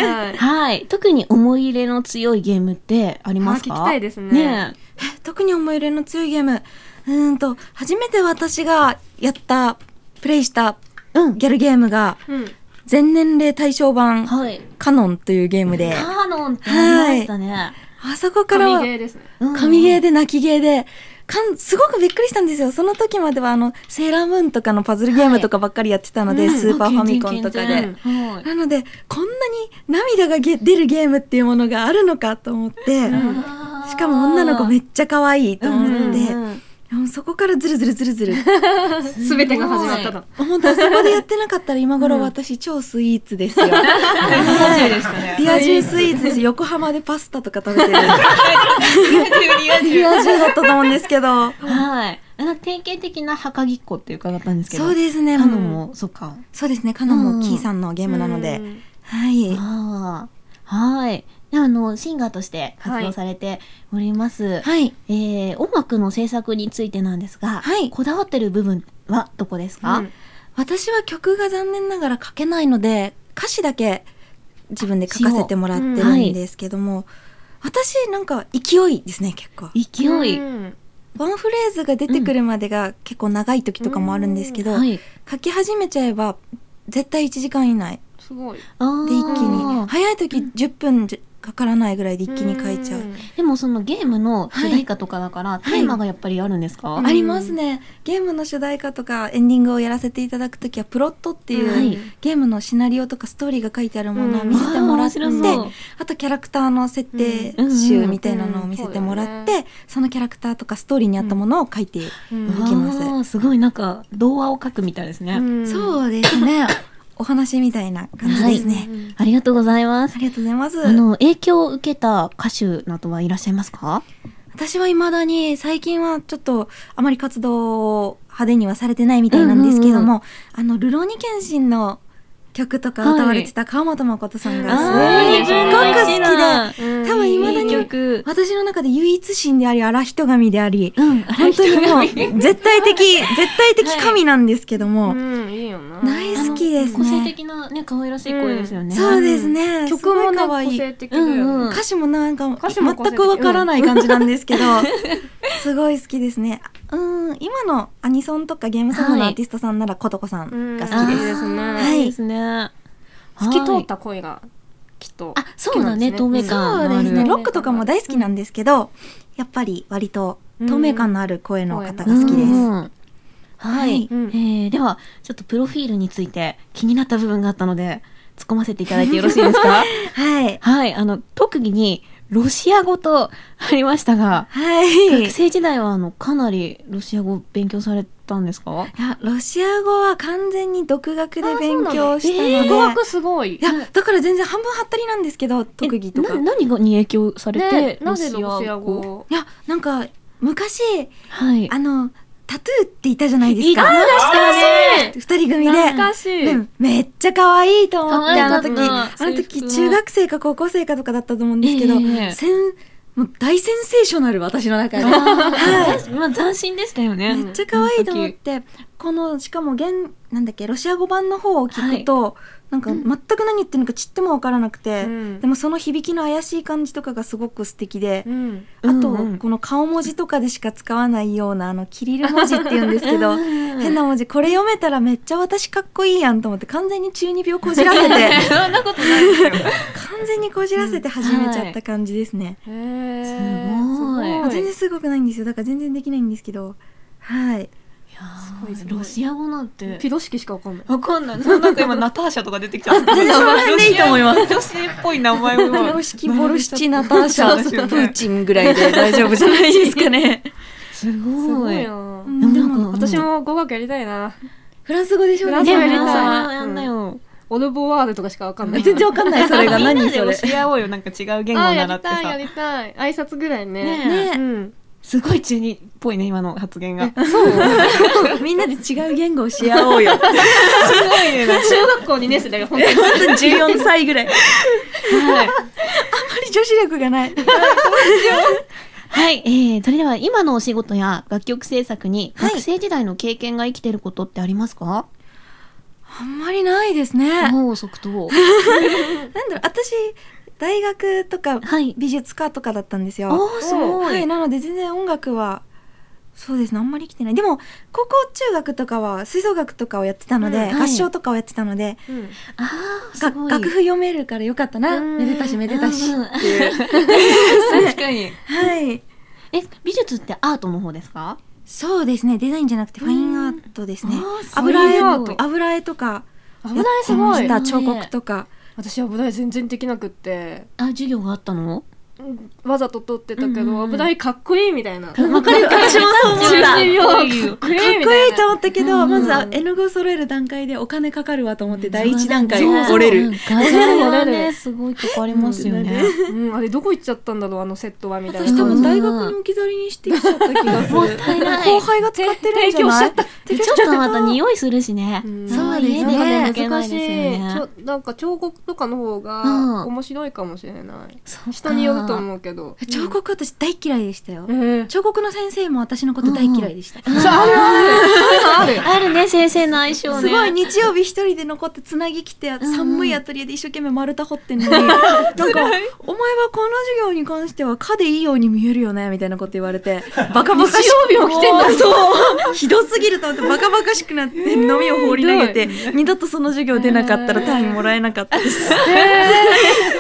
Speaker 2: はい。
Speaker 1: はい。特に思い入れの強いゲームってありますか
Speaker 2: あ聞きたいですね
Speaker 1: ね
Speaker 3: 特に思い入れの強いゲーム。うーんと、初めて私がやった、プレイした
Speaker 1: えうん。
Speaker 3: ギャルゲームが、
Speaker 2: うん。
Speaker 3: 全年齢対象版、
Speaker 1: はい。
Speaker 3: カノンというゲームで、
Speaker 1: カーノンってありましたね。
Speaker 3: あそこから
Speaker 2: 神
Speaker 3: は
Speaker 2: ゲーですね。
Speaker 3: 神ゲー
Speaker 1: で。
Speaker 3: で泣きゲーで、かん、すごくびっくりしたんですよ。その時まではあの、セーラームーンとかのパズルゲームとかばっかりやってたので、
Speaker 1: うん
Speaker 3: スーパーファミコンとか
Speaker 1: あ健
Speaker 3: で。
Speaker 1: 全健全はい
Speaker 3: なので、こんなに涙がげ出るゲームっていうものがあるのかと思って、しかも女の子め
Speaker 1: っち
Speaker 3: っちゃ可愛いと思って、
Speaker 1: うん
Speaker 3: でもそこからズルズルズルズル。
Speaker 2: すべてが始まったの。
Speaker 3: 本当そこでやってなかったら今頃私超スイーツです よ。
Speaker 1: ゃでしたね。
Speaker 3: リア充スイーツです。横浜でパスタとか食べて る。
Speaker 1: リア充
Speaker 3: リア充だったと思うんですけど。
Speaker 1: はい。あの典型的なはかぎっこって伺ったんですけど。
Speaker 3: そうですね。
Speaker 1: カノンも、そっか。
Speaker 3: そうですね。カノン
Speaker 1: うん
Speaker 3: もキーさんのゲームなので。
Speaker 2: うん
Speaker 3: はい。
Speaker 1: ああ。はい。であの、シンガーとして活動されております。
Speaker 3: はい。
Speaker 1: えー、音楽の制作についてなんですが、
Speaker 3: はい
Speaker 1: こだわってる部分はどこですか、
Speaker 2: うん
Speaker 3: 私は曲が残念ながら書けないので歌詞だけ自分で書かせてもらって
Speaker 2: うん
Speaker 3: る
Speaker 1: はい
Speaker 3: んですけども、私なんか勢いですね結構
Speaker 1: 勢い、
Speaker 2: うん
Speaker 3: ワンフレーズが出てくるまでが結構長い時とかもあるんですけど、
Speaker 1: はい、
Speaker 3: 書き始めちゃえば絶対1時間以内
Speaker 2: すごい。
Speaker 1: あー
Speaker 3: で一気に早い時10分じゃかからないぐらいで一気に書いちゃう、
Speaker 2: ん
Speaker 1: でもそのゲームの
Speaker 3: はい
Speaker 1: 主題歌とかだから、テーマがやっぱりあるんですか、
Speaker 2: うん
Speaker 3: ありますねゲームの主題歌とかエンディングをやらせていただく時はプロットっていう、
Speaker 1: はい
Speaker 3: ゲームのシナリオとかストーリーが書いてあるものを見せてもらって、
Speaker 1: うんあー面白そう
Speaker 3: あとキャラクターの設定集みたいなのを見せてもらって、
Speaker 2: うん
Speaker 3: そのキャラクターとかストーリーに合ったものを書いて、
Speaker 2: うん
Speaker 3: できます
Speaker 1: あーすごいなんか童話を書くみたいですね、
Speaker 2: うん
Speaker 3: そうですね お話みたいな感じですね、
Speaker 2: うん
Speaker 1: ありがとうございます
Speaker 3: ありがとうございます
Speaker 1: あの影響を受けた歌手などはいらっしゃいますか
Speaker 3: 私は未だに最近はちょっとあまり活動を派手にはされてないみたいなんですけども、
Speaker 1: うんうんう
Speaker 3: あのルローニケンシンの曲とか歌われてた川本誠さんがすご
Speaker 2: はい
Speaker 3: いすっごく好きで、
Speaker 2: うん
Speaker 3: 多分
Speaker 1: い
Speaker 3: 未だ
Speaker 1: い
Speaker 3: に
Speaker 1: 曲
Speaker 3: 私の中で唯一神であり、荒人神であり、
Speaker 1: うん
Speaker 3: 本当にもう、絶対的、絶対的神なんですけども、
Speaker 2: うん、いいよな。
Speaker 3: 大好きです
Speaker 1: 個性
Speaker 3: ね。
Speaker 1: 的なね可愛らしい声ですよね、
Speaker 3: そうですね。す
Speaker 2: 曲
Speaker 3: ご
Speaker 2: も
Speaker 3: い
Speaker 2: ね、
Speaker 3: 可
Speaker 2: 個
Speaker 3: 愛い。
Speaker 2: 性的だよ
Speaker 1: うん
Speaker 2: ね。
Speaker 3: 歌詞もなんか、
Speaker 2: 歌詞も個性
Speaker 3: 全
Speaker 2: 的
Speaker 3: くわからない感じなんですけど、 すごい好きですね。あうん、今のアニソンとかゲームソングのアーティストさんなら、ことこさんが
Speaker 2: あ
Speaker 3: 好き
Speaker 2: ー
Speaker 3: で
Speaker 2: いい
Speaker 3: す。
Speaker 2: ですね
Speaker 1: あー
Speaker 3: はい
Speaker 1: いいですね。
Speaker 2: 透き
Speaker 1: は
Speaker 2: 通
Speaker 1: い
Speaker 2: った声が、きっと。
Speaker 1: あ、そうだね、透
Speaker 2: 好きなん
Speaker 1: 明
Speaker 2: ですね
Speaker 1: 感のあ
Speaker 3: そう
Speaker 1: る。
Speaker 3: ですね。ロックとかも大好きなんですけど、やっぱり割と透明感のある声の方が好き
Speaker 1: う
Speaker 3: です。
Speaker 1: んは
Speaker 3: はいい。
Speaker 1: えーでは、ちょっとプロフィールについて気になった部分があったので、突っ込ませていただいてよろしいですか
Speaker 3: はい。
Speaker 1: はい、あの、特技にロシア語とありましたが、
Speaker 3: はい
Speaker 1: 学。生時代はあの、かなりロシア語を勉強されたんですか
Speaker 3: いや、ロシア語は完全に独学で勉強したので、
Speaker 2: 語学すごい。
Speaker 3: いや、だから全然半分はったりなんですけど、特技と
Speaker 1: え
Speaker 3: か。
Speaker 1: ない何がに影響され
Speaker 2: ね
Speaker 1: て、
Speaker 2: なぜロシア語
Speaker 3: や、なんか、昔、
Speaker 1: はい。
Speaker 3: あの、タトゥーっていたじゃないです
Speaker 1: い
Speaker 3: か。
Speaker 1: た
Speaker 2: 懐
Speaker 3: 二人組で。
Speaker 2: 懐かしい。
Speaker 3: でめっちゃ可愛いと思って、
Speaker 1: 可愛か
Speaker 3: あの
Speaker 1: った
Speaker 3: 時、
Speaker 1: な
Speaker 3: あの
Speaker 1: 制服
Speaker 3: 時、
Speaker 1: も
Speaker 3: 中学生か高校生かとかだったと思うんですけど、
Speaker 1: ええ
Speaker 3: せんもう大センセーショナル、私の中で。
Speaker 1: あーまあ、斬新でしたよね。
Speaker 3: めっちゃ可愛いと思って、このしかも現なんだっけロシア語版の方を聞くと、なんか全く何言ってるのかちっても分からなくて、
Speaker 2: うん
Speaker 3: でもその響きの怪しい感じとかがすごく素敵で、
Speaker 2: うん
Speaker 3: あと、
Speaker 1: うんうん
Speaker 3: この顔文字とかでしか使わないようなあのキリル文字って言うんですけど変な文字これ読めたらめっちゃ私かっこいいやんと思って完全に中二病こじらせて
Speaker 1: そんなことないですよ。
Speaker 3: 完全にこじらせて始めちゃった感じですね、
Speaker 2: へー
Speaker 1: すごい
Speaker 3: まあ全然すごくないんですよだから全然できないんですけどはい
Speaker 2: ごいす
Speaker 1: いや
Speaker 2: ごい
Speaker 1: ーロシア語なんて。
Speaker 2: ピロシキしかわかんない
Speaker 1: わかんない。なんか今、ナターシャとか出てきた。全
Speaker 3: 然その
Speaker 1: 。
Speaker 3: 辺でいいと思います
Speaker 1: 女子っぽい名前を。
Speaker 3: ロシキボルシチナターシ
Speaker 1: そうですよ
Speaker 3: ャ
Speaker 1: ね
Speaker 3: プーチンぐらい で大丈夫じゃないですかね
Speaker 1: す
Speaker 2: すご
Speaker 1: ご
Speaker 2: い
Speaker 1: い。
Speaker 2: な
Speaker 3: うん
Speaker 1: でも
Speaker 3: で
Speaker 1: なんか
Speaker 3: も
Speaker 2: 私も語学やりたいな
Speaker 3: フランス語でしょう
Speaker 2: フランス語
Speaker 1: ね
Speaker 2: やり
Speaker 1: 皆
Speaker 2: たい
Speaker 1: さんやんなよ。
Speaker 2: オルボワールとかしかわかんない
Speaker 3: 全然わかんないそ れが
Speaker 1: みんな
Speaker 3: 何
Speaker 1: で
Speaker 3: それ
Speaker 1: 教え合おうよ。なんか違う言語
Speaker 2: あ
Speaker 1: を
Speaker 2: ーや
Speaker 1: 習っ
Speaker 2: り
Speaker 1: て
Speaker 2: たいや
Speaker 1: さ。
Speaker 2: りたい挨拶ぐらいね
Speaker 1: ね
Speaker 3: ね
Speaker 2: うん
Speaker 1: すごい中二っぽいね、今の発 言が。す
Speaker 3: みんなで違う言語をし合おうよ
Speaker 1: ごいね。なんか
Speaker 2: 中学校2年生だよ本当に
Speaker 3: 本当に14歳ぐらい
Speaker 1: はい。
Speaker 3: あんまり女子力がない。
Speaker 4: はい、えー、それでは今のお仕事や楽曲制作に
Speaker 3: はい
Speaker 4: 学生時代の経験が生きてることってありますか、
Speaker 3: あんまりないですね。なんだ
Speaker 4: もう即答。
Speaker 3: ろう、私、大学とか
Speaker 4: はい。
Speaker 3: 美術科とかだったんです
Speaker 4: お
Speaker 3: よ。
Speaker 4: ー、すご。
Speaker 3: はいい、なので全然音楽は、そうですね、あんまり生きてない。でも、高校中学とかは吹奏楽とかをやってたので、
Speaker 2: うん
Speaker 4: はい
Speaker 3: 合唱とかをやってたので、
Speaker 4: あー、す
Speaker 3: が
Speaker 4: ごい。
Speaker 3: 楽譜読めるからよかったな。
Speaker 2: うん
Speaker 3: めでたしめでたし。
Speaker 4: うんうん
Speaker 3: っていう
Speaker 1: 確かに。
Speaker 3: はい。
Speaker 4: え、美術ってアートの方ですか
Speaker 3: そうですね、デザインじゃなくてファインアートですね
Speaker 4: うんあー。そう
Speaker 3: 油
Speaker 2: いうア
Speaker 3: 絵
Speaker 2: ー
Speaker 3: と
Speaker 2: ト、
Speaker 3: 油絵とか、
Speaker 2: 油絵すごい
Speaker 3: やってました彫刻とか。
Speaker 2: 私油絵全然できなくって
Speaker 4: あ、授業があったの
Speaker 2: わざと撮ってたけ
Speaker 4: うんうん
Speaker 2: ど
Speaker 4: うん
Speaker 2: 油絵かっこいいみたいな
Speaker 4: わかる、私もそう
Speaker 2: 中二病かっこ
Speaker 3: かっ
Speaker 2: いいみ
Speaker 3: こ
Speaker 2: た
Speaker 3: い
Speaker 2: い
Speaker 3: いと
Speaker 2: な
Speaker 3: 思ったけ
Speaker 4: うん
Speaker 3: ど、
Speaker 4: うん
Speaker 3: まずは絵の具を揃える段階でお金かかるわと思って第一段階
Speaker 2: そうそう
Speaker 3: 折れる。
Speaker 4: 画材は
Speaker 2: 折れ
Speaker 4: ね、
Speaker 2: る
Speaker 4: すごいとこありますよね。
Speaker 2: うんあれどこ行っちゃったんだろうあのセットはみたいな
Speaker 3: 私多分大学に置き去りにしてきちゃった気がする。
Speaker 4: もったいない
Speaker 3: 後輩が使ってるんじゃない
Speaker 4: でちょっとまた匂いするしね。
Speaker 2: ん
Speaker 4: そうですね。
Speaker 3: なんかね
Speaker 4: 抜けな
Speaker 2: 難
Speaker 4: い
Speaker 2: し
Speaker 4: で
Speaker 2: い、
Speaker 4: すよ
Speaker 2: ち
Speaker 4: ね
Speaker 2: ょなんか彫刻とかの方
Speaker 4: うん
Speaker 2: が面白いかもしれない、
Speaker 4: そうか。
Speaker 2: 人によると思うけど
Speaker 3: 彫刻私大嫌いでしたよ
Speaker 2: え。ー
Speaker 3: 彫刻の先生も私のこと大嫌いでした。
Speaker 2: そうある あるそういうのある
Speaker 4: あるね、先生の相性ね。
Speaker 3: す ごい日曜日一人で残ってつなぎきて
Speaker 4: ん
Speaker 3: 寒いアトリエで一生懸命丸太掘ってんのになんか「お前はこの授業に関しては「か」でいいように見えるよね」みたいなこと言わ れてバカバカしく
Speaker 2: 日曜日も来てんだ
Speaker 3: そうひどすぎると思ってバカバカしくなって飲みを放り投 げて二度とその授業出なかったら単位もらえなかったですす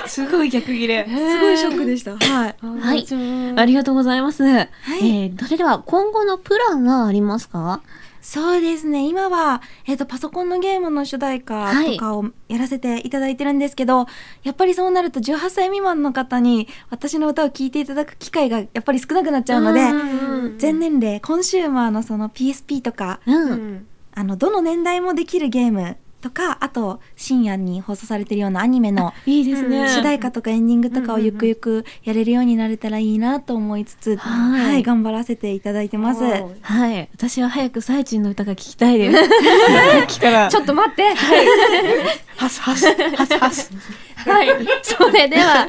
Speaker 1: すごい逆切れ。
Speaker 3: ごいショックでしたはい
Speaker 4: はい
Speaker 2: あー
Speaker 4: ありがとうございます。えーそれでは今後のプランはありますか
Speaker 3: そうですね今は、えっとパソコンのゲームの主題歌
Speaker 4: はい
Speaker 3: とかをやらせていただいてるんですけど、やっぱりそうなると18歳未満の方に私の歌を聴いていただく機会がやっぱり少なくなっちゃうので、
Speaker 4: うん
Speaker 3: 全年齢コンシューマーのその PSP とか
Speaker 4: うん
Speaker 2: う
Speaker 4: うん。
Speaker 2: ん
Speaker 3: あのどの年代もできるゲームとかあと深夜に放送されてるようなアニメの
Speaker 4: いいですね。
Speaker 3: 主題歌とかエンディングとかをゆくゆくやれるようになれたらいいなと思いつつ、
Speaker 4: はい
Speaker 3: はい、頑張らせていただいてます。
Speaker 2: お
Speaker 3: は
Speaker 2: ー
Speaker 4: はい。私は早くサイチンの歌が聞きたいです。
Speaker 1: さっき から。
Speaker 2: ちょっと待って
Speaker 1: ハスハス、ハスハス。
Speaker 2: はい。 それでは、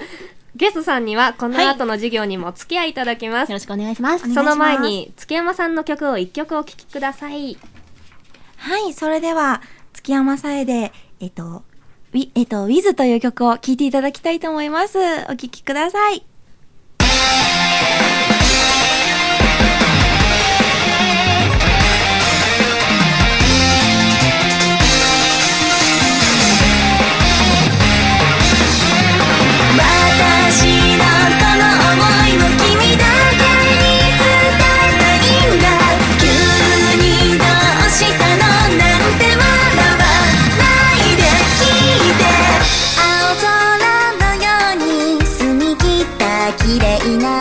Speaker 2: ゲストさんには、この後の授業にもお付き合いいただきます。
Speaker 4: よろしくお願いします。
Speaker 2: その前に、月山さんの曲を一曲お聴きください。
Speaker 3: い、それでは月山さえで、えっと、ウィ、えっと、ウィズという曲を聴いていただきたいと思います。お聴きください。
Speaker 5: 私のこの想いを君だけに伝えたいんだ急にどうしたのなんて笑わないで聞いて青空のように澄み切った綺麗な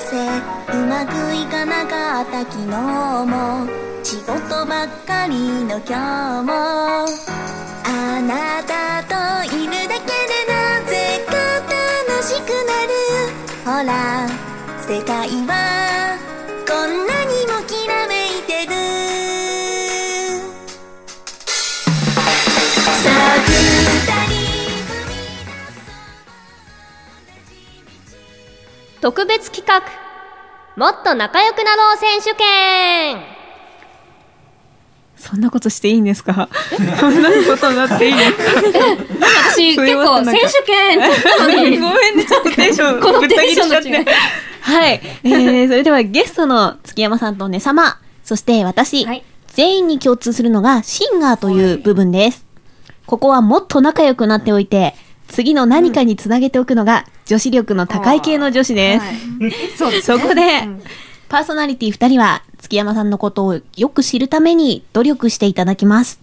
Speaker 5: せうまくいかなかった昨日も仕事ばっかりの今日もあなたといるだけでなぜか楽しくなるほら世界はこんなにもきらめいてるさあ二人
Speaker 2: 特別企画もっと仲良くなろう選手権
Speaker 1: そんなことしていいんですかそんなことになっていいんですか
Speaker 2: 私
Speaker 1: そうい
Speaker 2: 結
Speaker 1: うわ
Speaker 2: 構
Speaker 1: けな
Speaker 2: 選
Speaker 1: んか
Speaker 2: 手権って言った
Speaker 1: ご
Speaker 2: の
Speaker 1: めん
Speaker 2: に
Speaker 1: ね、ちょっとテンション
Speaker 2: この
Speaker 1: ぶった切っちゃっ
Speaker 2: テンショ
Speaker 1: て
Speaker 2: ンの違い。
Speaker 1: はい。えー、それではゲストの月山さんとね様、そして私、
Speaker 2: はい
Speaker 1: 全員に共通するのがシンガーという部分です。ここはもっと仲良くなっておいて、次の何かにつなげておくのが女子力の高い系の女子です。
Speaker 2: そうです
Speaker 1: そこで、パーソナリティ2人は月山さんのことをよく知るために努力していただきます。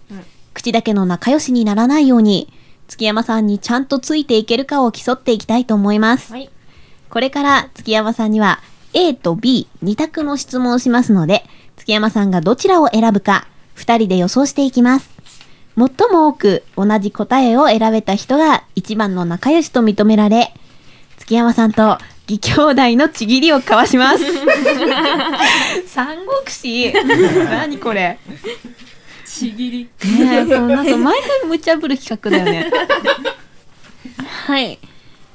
Speaker 1: 口だけの仲良しにならないように、月山さんにちゃんとついていけるかを競っていきたいと思います。
Speaker 2: はい
Speaker 1: これから月山さんには A と B2 択の質問をしますので、月山さんがどちらを選ぶか、2人で予想していきます。最も多く同じ答えを選べた人が一番の仲良しと認められ、月山さんと義兄弟のちぎりを交わし ます。三国 志何これ
Speaker 2: ちぎり
Speaker 1: ねえ、こうなんか毎回無茶ぶる企画だよね。はい。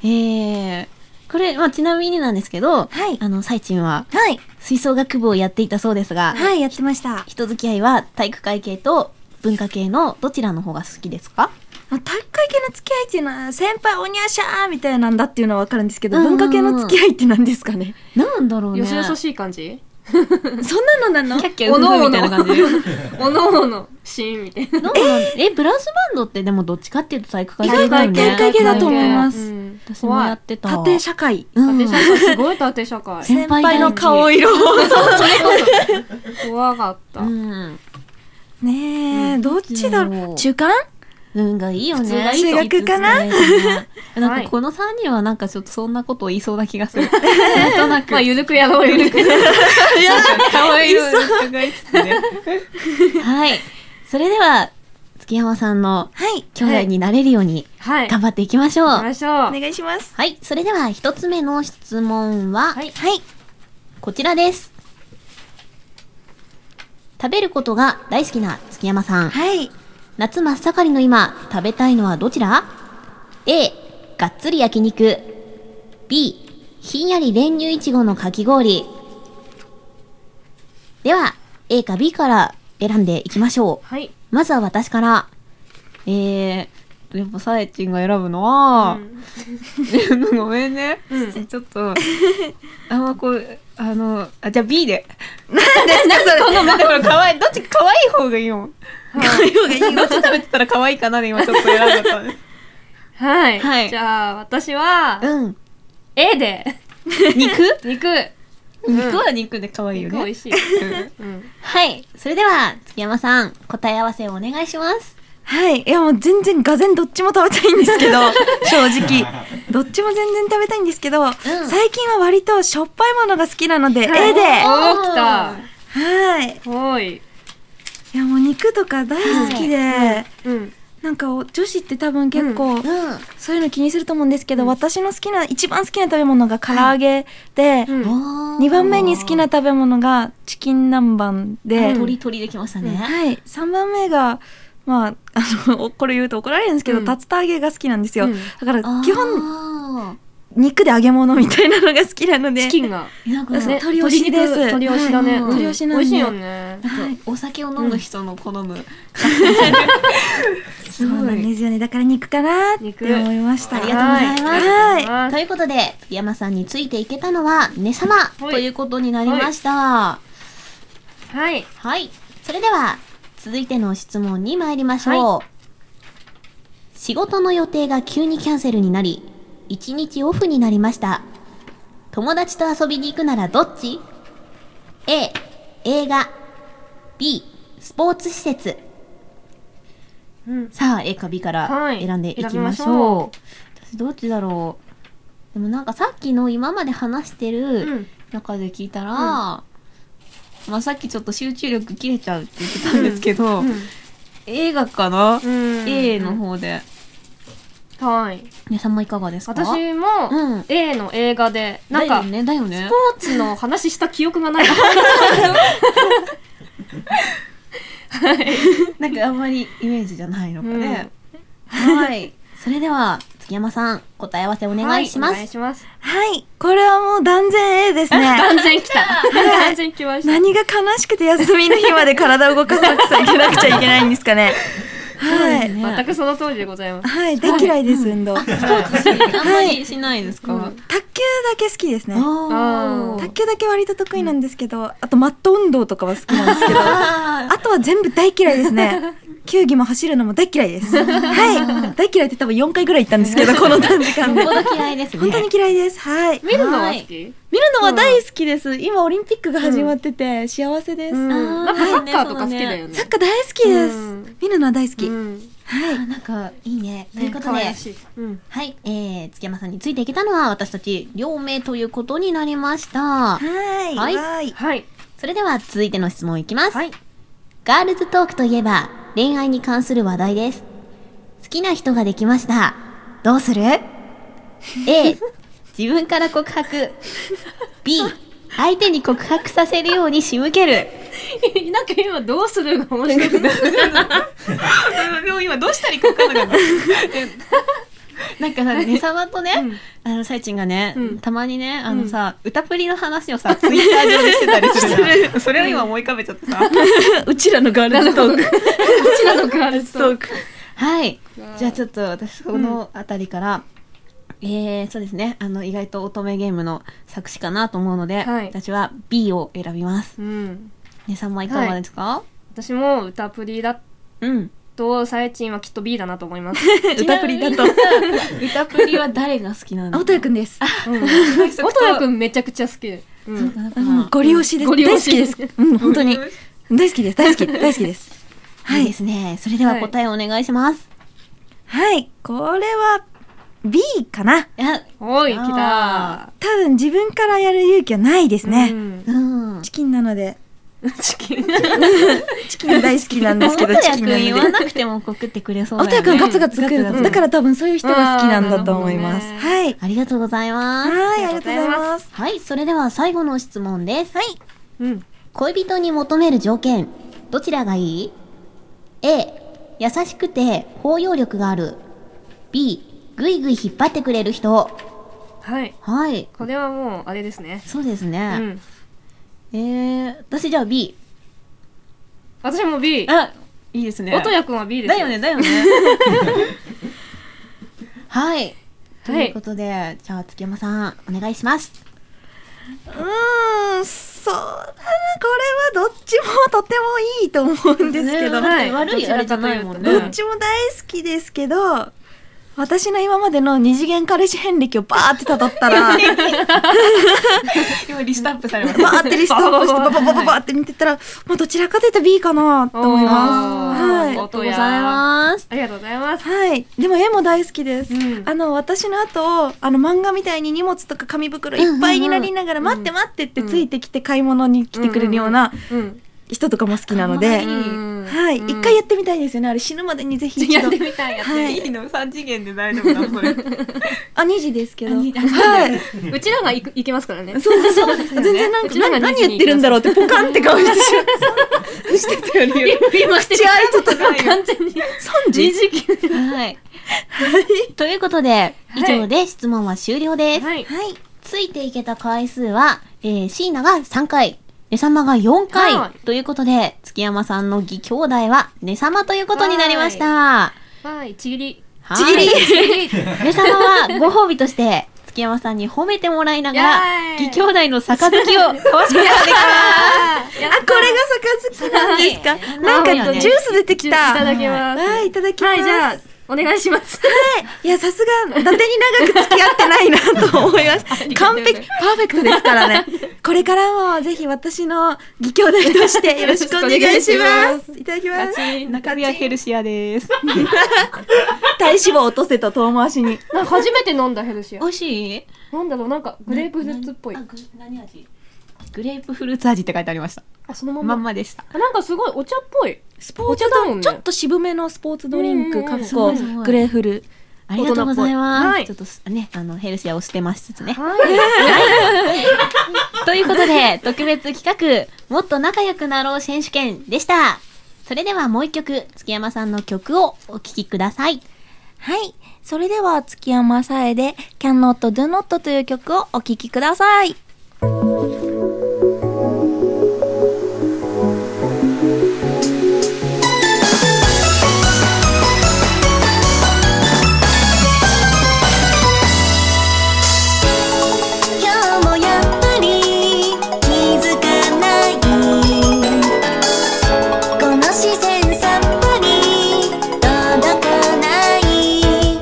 Speaker 1: えー、これ、まあ、ちなみになんですけど、
Speaker 3: はい
Speaker 1: あの、サイチンは
Speaker 3: はい。
Speaker 1: 吹奏楽部をやっていたそうですが、
Speaker 3: はい、やってました。
Speaker 1: 人付き合いは体育会系と文化系のどちらの方が好きですか
Speaker 3: 体育会系の付き合いっていうのは、先輩おにゃしゃーみたいなんだっていうのはわかるんですけど、
Speaker 1: うんうんうん
Speaker 3: 文化系の付き合いって何ですかね。
Speaker 1: なんだろうね。
Speaker 2: よそよそしい感じ
Speaker 3: そんなのなの
Speaker 1: キャッキャウフフみたいな感じ。
Speaker 2: おのおのシーンみたいな
Speaker 1: なんだろうえ、ブラスバンドってでもどっちかっていうと体育会系だよね。
Speaker 3: 体育会系だと思います
Speaker 2: うん
Speaker 1: 私も
Speaker 2: 怖い
Speaker 1: やってた。
Speaker 3: 縦社会。
Speaker 1: うん
Speaker 2: 縦社会すごい縦社会
Speaker 1: 先輩
Speaker 3: の顔色。
Speaker 2: 怖かった
Speaker 1: うん。
Speaker 3: ねえ、どっちだろう。中間
Speaker 1: 運がいいよね。
Speaker 2: 普通がい
Speaker 3: いと思う
Speaker 1: 学かな
Speaker 2: は
Speaker 1: なん
Speaker 2: い
Speaker 1: かこの3人はなんかちょっとそんなことを言いそうな気がする。なんとなく。
Speaker 2: まあゆるくやろうよ
Speaker 1: かわいい伺いつつね。はい。それでは、月山さんの
Speaker 3: はい。
Speaker 1: 兄弟になれるように
Speaker 2: はい
Speaker 1: 頑張っていきましょう。
Speaker 2: 行
Speaker 1: は
Speaker 2: きましょ
Speaker 3: お
Speaker 2: う
Speaker 3: 願いします。
Speaker 1: い。それでは一つ目の質問は、
Speaker 2: はい
Speaker 3: はい。
Speaker 1: こちらです。食べることが大好きな月山さん。
Speaker 3: はい。
Speaker 1: 夏真っ盛りの今食べたいのはどちら ?A がっつり焼肉 B ひんやり練乳いちごのかき氷では A か B から選んでいきましょ
Speaker 2: はい、
Speaker 1: うまずは私からえーやっぱさえちんが選ぶのは、 ごめんね、
Speaker 2: うん
Speaker 1: ちょっとあんまこうあのあじゃあ B で
Speaker 3: それ
Speaker 1: だからかわいいどっちかわいい方がいいもん
Speaker 3: はい
Speaker 1: どっち食べてたら可愛いかなで今ちょっと選んじゃったんです
Speaker 2: はい、
Speaker 1: はい
Speaker 2: じゃあ私は
Speaker 1: うん
Speaker 2: A で
Speaker 1: 肉
Speaker 2: 肉
Speaker 1: 肉は肉で可愛いよ
Speaker 2: 肉美味
Speaker 1: ね。
Speaker 2: しい、うん、
Speaker 1: はい。それでは、月山さん、答え合わせをお願いします。
Speaker 3: はい。いや、もう全然、がぜんどっちも食べたいんですけど、 正直。どっちも全然食べたいんですけど、最近は割としょっぱいものが好きなので、
Speaker 2: はい
Speaker 3: A で。は
Speaker 2: おー来た
Speaker 3: い。
Speaker 2: おい
Speaker 3: いや、もう肉とか大好きで、
Speaker 2: うん
Speaker 3: なんかお女子って多分結
Speaker 1: う
Speaker 3: 構、
Speaker 1: ん。
Speaker 3: そういうの気にすると思うんですけど、私の好きな、一番好きな食べ物が唐揚げで、
Speaker 2: うん
Speaker 1: お
Speaker 3: 2番目に好きな食べ物がチキン南蛮で、
Speaker 2: うん
Speaker 1: 鳥鳥できましたね。
Speaker 3: はい、3番目が、まあ、 あの、これ言うと怒られるんですけど、
Speaker 2: うん
Speaker 3: 竜田揚げが好きなんですよ。
Speaker 2: うん
Speaker 3: だから、基本、
Speaker 1: 本、
Speaker 3: 肉で揚げ物みたいなのが好きなの で。
Speaker 2: チキンが、
Speaker 1: なんか
Speaker 3: そう
Speaker 1: ね、
Speaker 3: 鳥推しです
Speaker 2: 鶏肉鳥推しだね、
Speaker 1: はい
Speaker 2: うん
Speaker 3: 鳥推しなん
Speaker 2: 美味し
Speaker 3: で
Speaker 2: いよね
Speaker 3: はい。
Speaker 1: お酒を飲む人の好 む。
Speaker 3: そうなんですよね。だから肉かなって
Speaker 2: 肉
Speaker 3: 思いました。
Speaker 1: ありがとうございます
Speaker 3: はい
Speaker 2: は
Speaker 1: ということで、月山さんについていけたのは、ね様
Speaker 2: はい
Speaker 1: ということになりました。
Speaker 2: はい
Speaker 1: はい。それでは、続いての質問に参りましょう。仕事の予定が急にキャンセルになり、1日オフになりました。友達と遊びに行くならどっち ?A、映画。B、スポーツ施設。
Speaker 2: うん
Speaker 1: さあ、A か B から
Speaker 2: はい
Speaker 1: 選んでいきましょう。
Speaker 2: 選びましょ
Speaker 1: 私、どっちだろう。でもなんかさっきの今まで話してる、
Speaker 2: うん
Speaker 1: 中で聞いたら、まあさっきちょっと集中力切れちゃうって言ってたんですけど、映画かな、
Speaker 2: うん。
Speaker 1: A の方で。
Speaker 2: はい。
Speaker 1: 皆さんもいかがですか
Speaker 2: 私も
Speaker 1: うん。
Speaker 2: A の映画で、なん
Speaker 1: だよ、
Speaker 2: か
Speaker 1: ね、だよね
Speaker 2: スポ。ーツの話した記憶がない。
Speaker 1: なんかあんまりイメージじゃないのかね。はい。それでは、月山さん、答え合わ せお願いしま
Speaker 2: はいお願い
Speaker 1: す。
Speaker 2: します。
Speaker 3: はい。これはもう 断然 A ですね。
Speaker 2: 断然来た。 断然来ました。
Speaker 3: 何が悲しくて休みの日まで体を動かさなくちゃいけなくちゃいけないんですかね。はい。
Speaker 2: 全くその通りでございます。
Speaker 3: はい。大嫌いです、運動。卓球だ
Speaker 1: あんまりしないですか、
Speaker 3: け好きですね。
Speaker 1: あ
Speaker 3: 卓球だけ割と得意なんですけど、あとマット運動とかは好きなんですけど、
Speaker 1: あ。
Speaker 3: あとは全部大嫌いです ね。球技も走るのも大嫌いです。はい。大嫌いって多分4回ぐらい行ったんです けど、この短時間 で。
Speaker 1: よっぽど嫌いですね。
Speaker 3: 本当に嫌いです。はい。
Speaker 2: 見るのは好き
Speaker 3: 見るのは大好きです。今オリンピックが始まってて幸せです。
Speaker 2: うん。
Speaker 1: あー
Speaker 2: なんかサッカーとか好きだよね。
Speaker 3: サッカー大好きです。
Speaker 2: うん
Speaker 3: 見るのは大好き。
Speaker 2: うん。
Speaker 3: はい。
Speaker 1: なんか、いいね。ということ
Speaker 2: 可
Speaker 1: で、
Speaker 2: 愛らしい。うん。
Speaker 1: はい、えー、月山さんについていけたのは私たち両名ということになりました。
Speaker 3: はい。
Speaker 1: はい
Speaker 3: はい。
Speaker 2: はい。
Speaker 1: それでは続いての質問いきます。
Speaker 2: はい。
Speaker 1: ガールズトークといえば恋愛に関する話題です。好きな人ができました。どうする ?A、自分から告白。B、相手に告白させるように仕向ける。
Speaker 2: なんか今どうするが面白くない
Speaker 1: でも今どうしたらいいか分からなかった。なんかさ、ねさまとね、あの、さいちんがね、
Speaker 2: うん
Speaker 1: たまにね、あのさ、歌プリの話をさ、ツイッター上でしてたりして る。それを今思い浮かべちゃってさ。
Speaker 3: うちらのガールズトーク。
Speaker 2: どちらのガール ズトー ク。
Speaker 1: はい。じゃあちょっと私、このあたりから、えー、そうですね、あの、意外と乙女ゲームの作詞かなと思うので、
Speaker 2: はい
Speaker 1: 私は B を選びます。
Speaker 2: うん。
Speaker 1: ねさんはいかがですか、
Speaker 2: 私も歌プリだ
Speaker 1: うん。
Speaker 2: と、さえちんはきっと B だなと思 います。
Speaker 3: 歌プリだと。
Speaker 1: 歌プリは誰が好きな
Speaker 3: あ、
Speaker 1: の
Speaker 3: おとやくんです。
Speaker 2: うん。おとやくんめちゃくちゃ好き。うん。
Speaker 1: なんか
Speaker 3: うん、ゴリ押しです。
Speaker 2: ゴリ
Speaker 3: 大
Speaker 2: 押
Speaker 3: 好
Speaker 2: し
Speaker 3: きです。うん、本当 に。大好きです。大好き。大好きです。はい
Speaker 1: い
Speaker 3: い
Speaker 1: で。すね。それでは答えをお願いします。
Speaker 3: はい。これは B かな。
Speaker 1: あ
Speaker 2: おい、来た。
Speaker 3: 多分自分からやる勇気はないです
Speaker 2: う
Speaker 3: ね。
Speaker 2: ん
Speaker 1: うん。
Speaker 3: チキンなので。
Speaker 2: チキ ン。
Speaker 3: チキン大好きなんです けど、
Speaker 1: 元
Speaker 3: チ
Speaker 1: 谷く
Speaker 3: キン
Speaker 1: ん
Speaker 3: な
Speaker 1: 言わ
Speaker 3: ので。
Speaker 1: なくても告ってくれそう
Speaker 3: お
Speaker 1: だよ
Speaker 3: と
Speaker 1: ね。
Speaker 3: やくんガツガツ来る
Speaker 1: ガ
Speaker 3: の
Speaker 1: ツガツ
Speaker 3: だから多分そういう人が好きなんだと思います。
Speaker 2: あー
Speaker 3: はい。
Speaker 1: ありがとうございます。
Speaker 3: はい、ありがとうございます。
Speaker 1: はい、それでは最後の質問です。はい。
Speaker 2: うん。
Speaker 1: 恋人に求める条件、どちらがいい ?A、優しくて包容力がある。B、ぐいぐい引っ張ってくれる人。
Speaker 2: はい。
Speaker 1: はい。
Speaker 2: これはもう、あれですね。
Speaker 1: そうです
Speaker 2: う
Speaker 1: ね。
Speaker 2: ん。
Speaker 1: えー、私じゃあ B。
Speaker 2: 私も B。
Speaker 1: あ、いいですね
Speaker 2: おとやくんは B です。
Speaker 1: だ よね、。だよね。はい。と
Speaker 2: はいいう
Speaker 1: ことで、じゃあ、月山さん、お願いします。
Speaker 3: うーん、そうだな、これはどっちもとてもいいと思うんですけど、
Speaker 2: ねはい
Speaker 1: 悪いあれじゃないもんね。
Speaker 2: ど
Speaker 3: どっちも大好きですけど、私の今までの二次元彼氏遍歴をバーって辿っ たら、
Speaker 1: 今リストアップさ れま
Speaker 3: バーってリストアップして、バババババって見てたら、もうどちらかというと B かなと思います。
Speaker 2: おー
Speaker 3: はい。
Speaker 2: おと
Speaker 1: ご
Speaker 2: や
Speaker 1: ざいます。
Speaker 2: ありがとうございます。
Speaker 3: はい。でも絵も大好きです。
Speaker 2: うん
Speaker 3: あの、私の後を、あの、漫画みたいに荷物とか紙袋いっぱいになりながら、待って待ってってついてきて買い物に来てくれるような
Speaker 2: うん。
Speaker 3: 人とかも好きなので、
Speaker 2: うん
Speaker 3: はい。
Speaker 2: うん
Speaker 3: 一回やってみたいですよね。あれ死ぬまでにぜひ一
Speaker 2: や
Speaker 3: 度
Speaker 2: って。みたい、やってみた。
Speaker 3: はいい。
Speaker 1: の三次元で大丈夫なそれ。
Speaker 3: あ、2時ですけど。
Speaker 1: あ
Speaker 3: はい
Speaker 1: 二時。
Speaker 2: うちらが行く行けますからね。
Speaker 3: そうそうそう。全然なん
Speaker 2: う
Speaker 3: か、
Speaker 2: ちの方が
Speaker 3: な
Speaker 2: 2
Speaker 3: 何
Speaker 2: 時
Speaker 3: 言
Speaker 2: に行きます
Speaker 3: ってるんだろうって、ポカンって顔してしまう。してたよね。
Speaker 2: 今して
Speaker 3: 血合いとか
Speaker 2: 完全に。
Speaker 3: 3
Speaker 2: 二
Speaker 3: 時
Speaker 2: 次元。
Speaker 1: はい。ということで、以上で質問は終了です。
Speaker 2: はい。
Speaker 3: はい。
Speaker 1: ついていけた回数は、えー、椎名が3回、ねさまが4回、
Speaker 2: はい
Speaker 1: ということで、月山さんの義兄弟は、ねさまということになりました。
Speaker 2: はい、ちぎり。
Speaker 1: は
Speaker 3: ちぎり
Speaker 1: いねさまはご褒美として、月山さんに褒めてもらいながら、
Speaker 2: やーい
Speaker 1: 義兄弟の杯を交わすことができ
Speaker 2: あ、や
Speaker 3: あ、これが杯なんです か。なん
Speaker 1: いや
Speaker 3: か、
Speaker 1: ね
Speaker 3: ジュース出て
Speaker 2: い
Speaker 3: きた。
Speaker 2: ただきます。
Speaker 3: はい、いただきます。
Speaker 2: はい、じゃあ、お願いします。
Speaker 3: いや、さすが、伊達に長く付き合ってないな と思いました。完璧、パーフェクトですからね。これからもぜひ私の義兄弟として よろしくお願いします。いただきま
Speaker 1: ま
Speaker 3: す。
Speaker 1: す。中身はヘルシアです。
Speaker 3: 体脂肪落とせと遠回しに。
Speaker 2: なんか初めて飲んだヘルシー
Speaker 1: 美。味しい
Speaker 2: なんだろう、なんかグレープフルーツっぽい
Speaker 1: あ。ぐ何味グレープフルーツ味って書いてありました。
Speaker 2: あ、そのまん
Speaker 1: ま
Speaker 2: ま。
Speaker 1: んまでした。
Speaker 2: あなんかすごいお茶っぽい。
Speaker 3: スポーツ
Speaker 2: お茶だもんね
Speaker 3: ちょっと渋めのスポーツドリン
Speaker 2: う
Speaker 3: ク、
Speaker 2: んうん
Speaker 3: かっ
Speaker 2: す
Speaker 1: ご
Speaker 3: こ
Speaker 1: いすごい
Speaker 3: グレーフル。
Speaker 1: ありがとうございます。
Speaker 2: はい
Speaker 1: ちょっとすね、あの、ヘルシアを捨てましつつね。
Speaker 2: はい。
Speaker 1: ということで、特別企画、もっと仲良くなろう選手権でした。それではもう一曲、月山さんの曲をお聴きください。
Speaker 5: はい。それでは、月山さえで、Can Not Do Not という曲をお聴きください。今日もやっぱり気づかないこの視線さっぱり届かない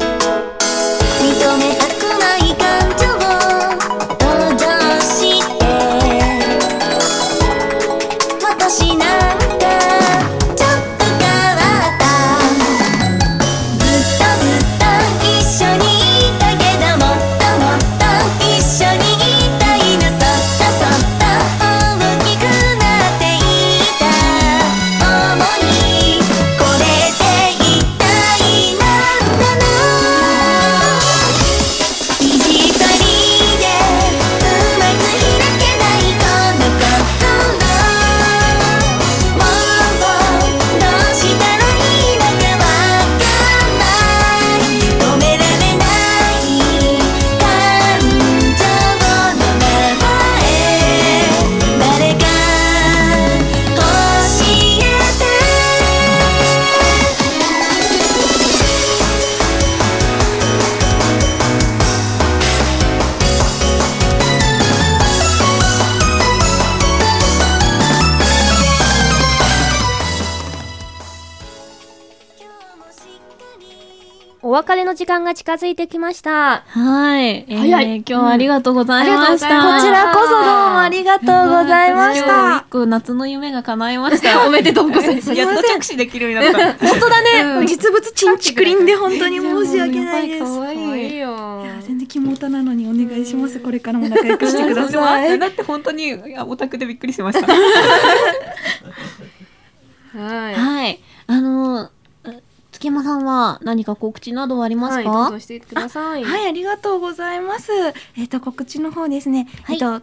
Speaker 5: 認めたくない感情を登場して私なんかちょっと変わったずっとずっと一緒にいたけどもっともっと一緒にいたいなそっとそっと大きくなっていた想いこれで一体なんだろう意地張りでうまく開けないこの心もうどうしたらいいのかわかんない止められない感情の名前誰か教えて今日もしっかり
Speaker 2: お別れの時間が近づいてきました。
Speaker 1: はい。えー
Speaker 2: 早い
Speaker 1: 今日はありがとうございました。
Speaker 3: こちらこそどうもありがとうございまし
Speaker 1: 今日
Speaker 3: た
Speaker 1: 一。個夏の夢が叶いました。おめでとう ございます。やっと着手できるようにな った。
Speaker 3: 本当だね。実物ちんちくりんで本当に申し訳ないです。
Speaker 1: 可
Speaker 2: か
Speaker 1: 愛い。
Speaker 2: いよ
Speaker 3: いや全然キモタなのにお願いします。これからも仲良くしてくださ
Speaker 1: だ
Speaker 3: い。
Speaker 1: だって本当にいやオタクでびっくりしました。
Speaker 2: は
Speaker 1: はい。あのー、月山さんは何か告知などはあり
Speaker 2: い。
Speaker 1: ます
Speaker 2: はい、
Speaker 1: か、
Speaker 2: どうぞしていってください。
Speaker 3: はい、ありがとうございます。えっ、と、告知の方ですね。
Speaker 1: はい
Speaker 3: えっと、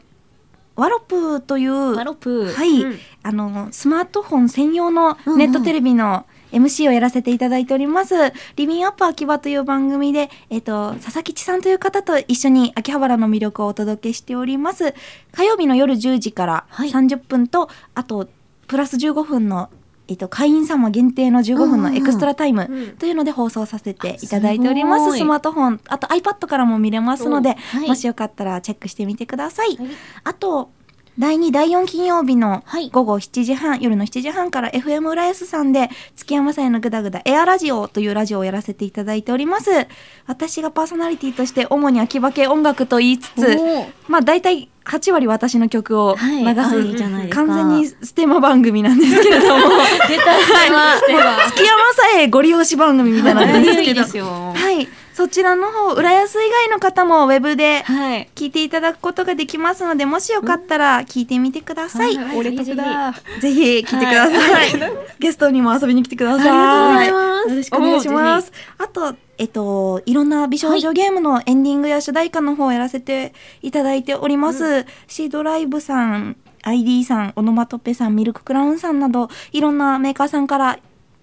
Speaker 3: ワロプという、
Speaker 1: ワロプ。
Speaker 3: はい、
Speaker 2: うん
Speaker 3: あの、スマートフォン専用の
Speaker 1: うんうん
Speaker 3: ネットテレビの MC をやらせていただいております。リビンアップ秋葉という番組で、えっ、と、佐々木千さんという方と一緒に秋葉原の魅力をお届けしております。火曜日の夜10時から
Speaker 1: はい
Speaker 3: 30分と、あと、プラス15分の、えっ、と、会員様限定の15分
Speaker 1: うんうんう
Speaker 3: の
Speaker 1: ん
Speaker 3: エクストラタイム
Speaker 2: うん
Speaker 3: というので放送させていただいております。
Speaker 1: あすごい
Speaker 3: スマートフォン、あと iPad からも見れますので、
Speaker 1: おはい
Speaker 3: もしよかったらチェックしてみてください。あと、第2、第4金曜日の
Speaker 1: はい
Speaker 3: 午後7時半、夜の7時半から FM 浦安さんで、月山さんへのぐだぐだエアラジオというラジオをやらせていただいております。私がパーソナリティとして主に秋葉系音楽と言いつ
Speaker 1: お
Speaker 3: つ、
Speaker 1: ー
Speaker 3: まあ大体8割私の曲を流す、
Speaker 1: はいあいいじゃないですか
Speaker 3: 完全にステマ番組なんですけれど も、
Speaker 1: 出た
Speaker 3: 月山さんへご利用し番組みたいなんですけど、
Speaker 1: よ。は
Speaker 3: はい、そちらの方、浦安以外の方もウェブで、
Speaker 1: い。
Speaker 3: 聞いていただくことができますのでもしよかったら聞いてみてください、
Speaker 2: はい俺得だ
Speaker 3: ぜひ聞いてください、ゲストにも遊びに来てください
Speaker 1: ありがとうございます
Speaker 3: よろしくお願いしますあとえっといろんな美少女ゲームのエンディングや主題歌の方をやらせていただいております、シードライブさん ID さんオノマトペさんミルククラウンさんなどいろんなメーカーさんから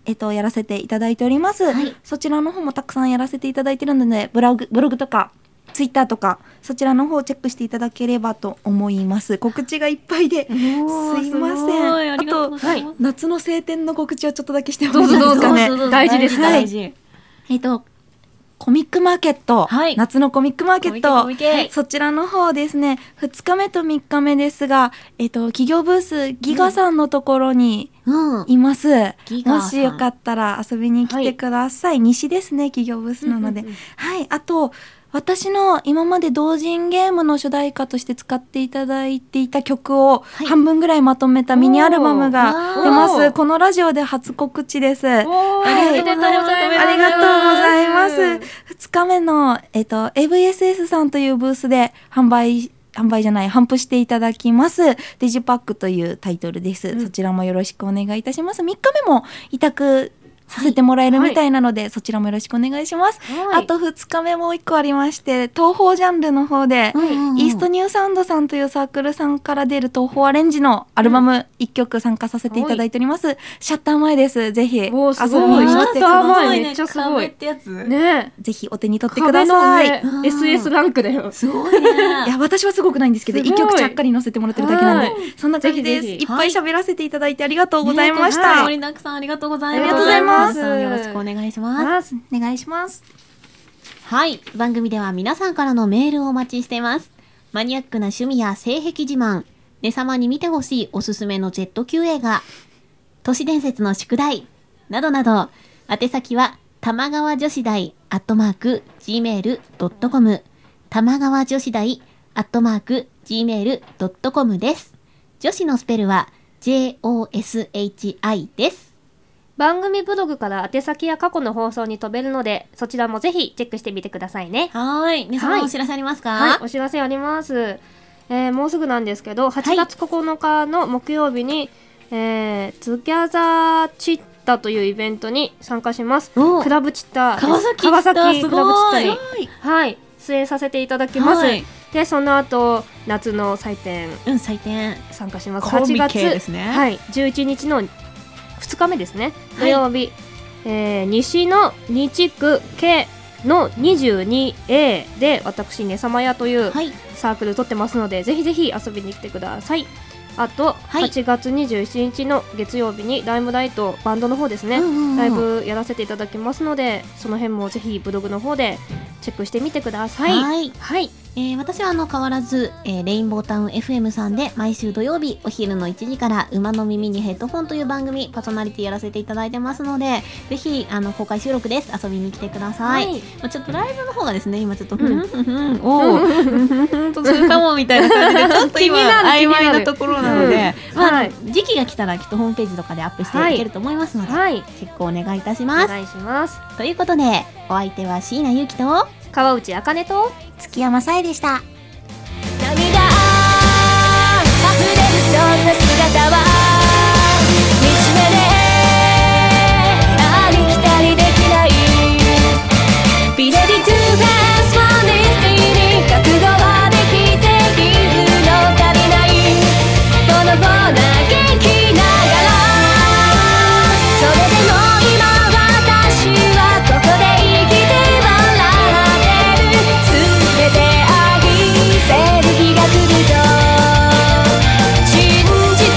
Speaker 3: えっと、やらせていただいております、そちらの方もたくさんやらせていただいてるのでブログブログとかツイッターとかそちらの方をチェックしていただければと思います告知がいっぱいですいま
Speaker 1: す
Speaker 3: せ
Speaker 1: ごい
Speaker 3: ん
Speaker 1: あ
Speaker 3: あ
Speaker 1: りがとう
Speaker 3: と
Speaker 1: ございます
Speaker 3: 夏の晴天の告知をちょっとだけしても
Speaker 2: どうぞ
Speaker 3: ら
Speaker 2: ど
Speaker 3: え
Speaker 2: う
Speaker 3: ま
Speaker 2: ぞ
Speaker 3: すかね
Speaker 2: 大事です。
Speaker 3: 大
Speaker 1: 事。
Speaker 3: えっとコミックマーケット、
Speaker 1: はい
Speaker 3: 夏のコミックマーケット
Speaker 1: コミケコミケ
Speaker 3: はいそちらの方ですね2日目と3日目ですが、えっと企業ブースギガさんのところに
Speaker 1: うん。
Speaker 3: います、
Speaker 1: ギガ
Speaker 3: も
Speaker 1: さん
Speaker 3: しよかったら遊びに来てください、西ですね企業ブースなので、はいあと私の今まで同人ゲームの主題歌として使っていただいていた曲を半分ぐらいまとめたミニアルバムが出ま
Speaker 2: お
Speaker 3: す。
Speaker 2: ー
Speaker 3: このラジオで初告知です。あり
Speaker 2: おー
Speaker 3: はい
Speaker 2: おめでとうございます。
Speaker 3: がとうございます。2日目の、えっと、AVSS さんというブースで販売、販売じゃない、販布していただきます。デジパックというタイトルです。そちらもよろしくお願いいたします。3日目も委託させてもらえるみたいなので、そちらもよろしくお願いします。
Speaker 2: はい
Speaker 3: あと2日目もう1個ありまして、東宝ジャンルの方で、イーストニューサウンドさんというサークルさんから出る東宝アレンジのアルバム1曲参加させていただいております。シャッター前です。ぜひ遊び
Speaker 2: おー
Speaker 3: に
Speaker 2: す
Speaker 3: 来
Speaker 2: ごい
Speaker 3: てくだ
Speaker 2: シャッター
Speaker 3: さ
Speaker 2: 前
Speaker 3: い。
Speaker 2: めっちゃすごい
Speaker 1: 壁ってやつ。
Speaker 2: ね
Speaker 3: ぜひお手に取ってく
Speaker 2: 壁
Speaker 3: だ
Speaker 2: の
Speaker 3: さい。
Speaker 2: ね、SS ランクだよ。
Speaker 1: すご いね。
Speaker 3: いや、私はすごくないんですけど、
Speaker 2: すごい
Speaker 3: 一曲ちゃっかり載せてもらってるだけなん
Speaker 2: は
Speaker 3: で、そんな感じです。
Speaker 2: ぜひぜ
Speaker 3: い
Speaker 2: ひ
Speaker 3: っぱい喋らせていただいてありがとうございまし
Speaker 1: はい
Speaker 3: た。
Speaker 1: 盛りだくさんありがとうございます。
Speaker 2: ありがとうございます
Speaker 1: 皆さんよろしくお願いします。
Speaker 3: お願いします。
Speaker 1: はい。番組では皆さんからのメールをお待ちしています。マニアックな趣味や性癖自慢、寝様に見てほしいおすすめのジェット級映画、都市伝説の宿題、などなど、宛先は、玉川女子大、アットマーク、gmail.com、玉川女子大、アットマーク、gmail.com です。女子のスペルは、joshi です。
Speaker 2: 番組ブログから宛先や過去の放送に飛べるので、そちらもぜひチェックしてみてくださいね。
Speaker 1: はい。皆
Speaker 2: はい
Speaker 1: 様お知らせありますか、
Speaker 2: はい、お知らせあります。えーもうすぐなんですけど、8月9日の木曜日に、えー、ツギャザーチッタというイベントに参加します。
Speaker 1: お
Speaker 2: クラブチッタです。
Speaker 1: 川崎
Speaker 2: 川崎
Speaker 1: チッタ
Speaker 2: クラブチッタ
Speaker 1: す
Speaker 2: に。はい、出演させていただきます。
Speaker 1: はい
Speaker 2: で、その後、夏の祭典
Speaker 1: うん、採点。
Speaker 2: 参加します。
Speaker 6: コ
Speaker 2: 8
Speaker 6: ミ
Speaker 2: 月、
Speaker 6: ケですね
Speaker 2: はい、11日の2日目ですね。土曜日、えー西の2地区 K の 22A で私、ねさまやという
Speaker 1: はい。
Speaker 2: サークル取ってますので、ぜひぜひ遊びに来てください。あと、
Speaker 1: い
Speaker 2: 8月27日の月曜日にライムライトバンドの方ですね、
Speaker 1: うんうんうん
Speaker 2: ライブやらせていただきますので、その辺もぜひブログの方でチェックしてみてください。
Speaker 1: はい。
Speaker 2: はい、
Speaker 1: えー私はあの変わらず、えーレインボータウン FM さんで毎週土曜日お昼の1時から馬の耳にヘッドホンという番組パーソナリティやらせていただいてますので、ぜひあの公開収録です。遊びに来てください。
Speaker 2: はい
Speaker 1: まあ、ちょっとライブの方がですね、今ちょっと、
Speaker 2: ん
Speaker 1: ふんふんふん、おーふんとするかもみたいな感じで、ちょっと今
Speaker 2: 気になる
Speaker 1: 曖
Speaker 2: 気に
Speaker 1: 昧
Speaker 2: な
Speaker 1: な
Speaker 2: る
Speaker 1: ところなので、ま
Speaker 2: は
Speaker 1: あ
Speaker 2: い、
Speaker 1: 時期が来たらきっとホームページとかでアップしていけると思いますので、
Speaker 2: はい、
Speaker 1: チェックお願いいたし
Speaker 2: お
Speaker 1: ます。
Speaker 2: 願いします。
Speaker 1: ということで、お相手は椎名ゆきと、
Speaker 2: 川内あかねと
Speaker 5: 月山さえでした
Speaker 7: 「涙あふれるそんな姿は」「惨めでありきたりできない」「ビレディ・トゥ・フェス・ワン・ディスティに覚悟はできているの足りない」「ボロボロ元気ながら」「それでも今私はここで生きて笑ってる」「全て愛せる日が来ると信じている」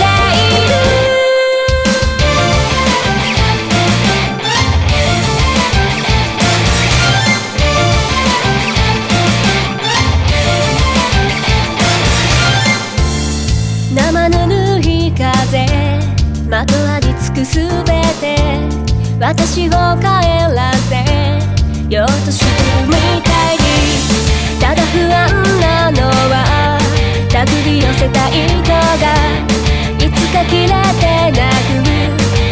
Speaker 7: 生ぬるい風まとわりつくすべて私を帰らせようとしてるみたいにただ不安なのは手繰り寄せた糸がいつか切れてなく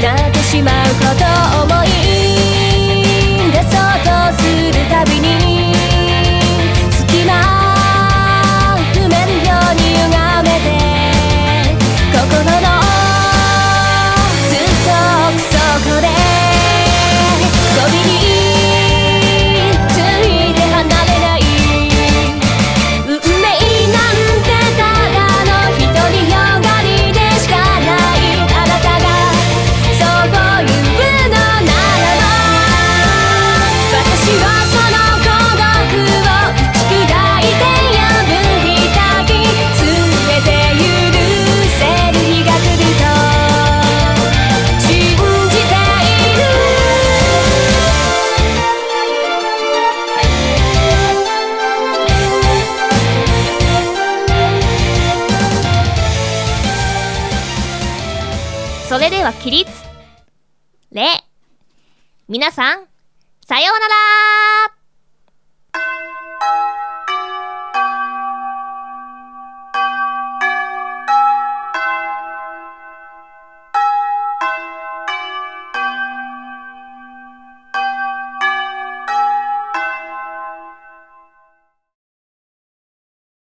Speaker 7: なってしまうことを思い出そうとするたびに隙間埋めるように歪めて心のずっと奥底で飛びについて離れない運命なんてただの独りよがりでしかないあなたがそう言うのならば私はその孤独を打ち砕いて破りたき全て許せる日が来ると信じている
Speaker 2: それでは起立礼皆さんさようなら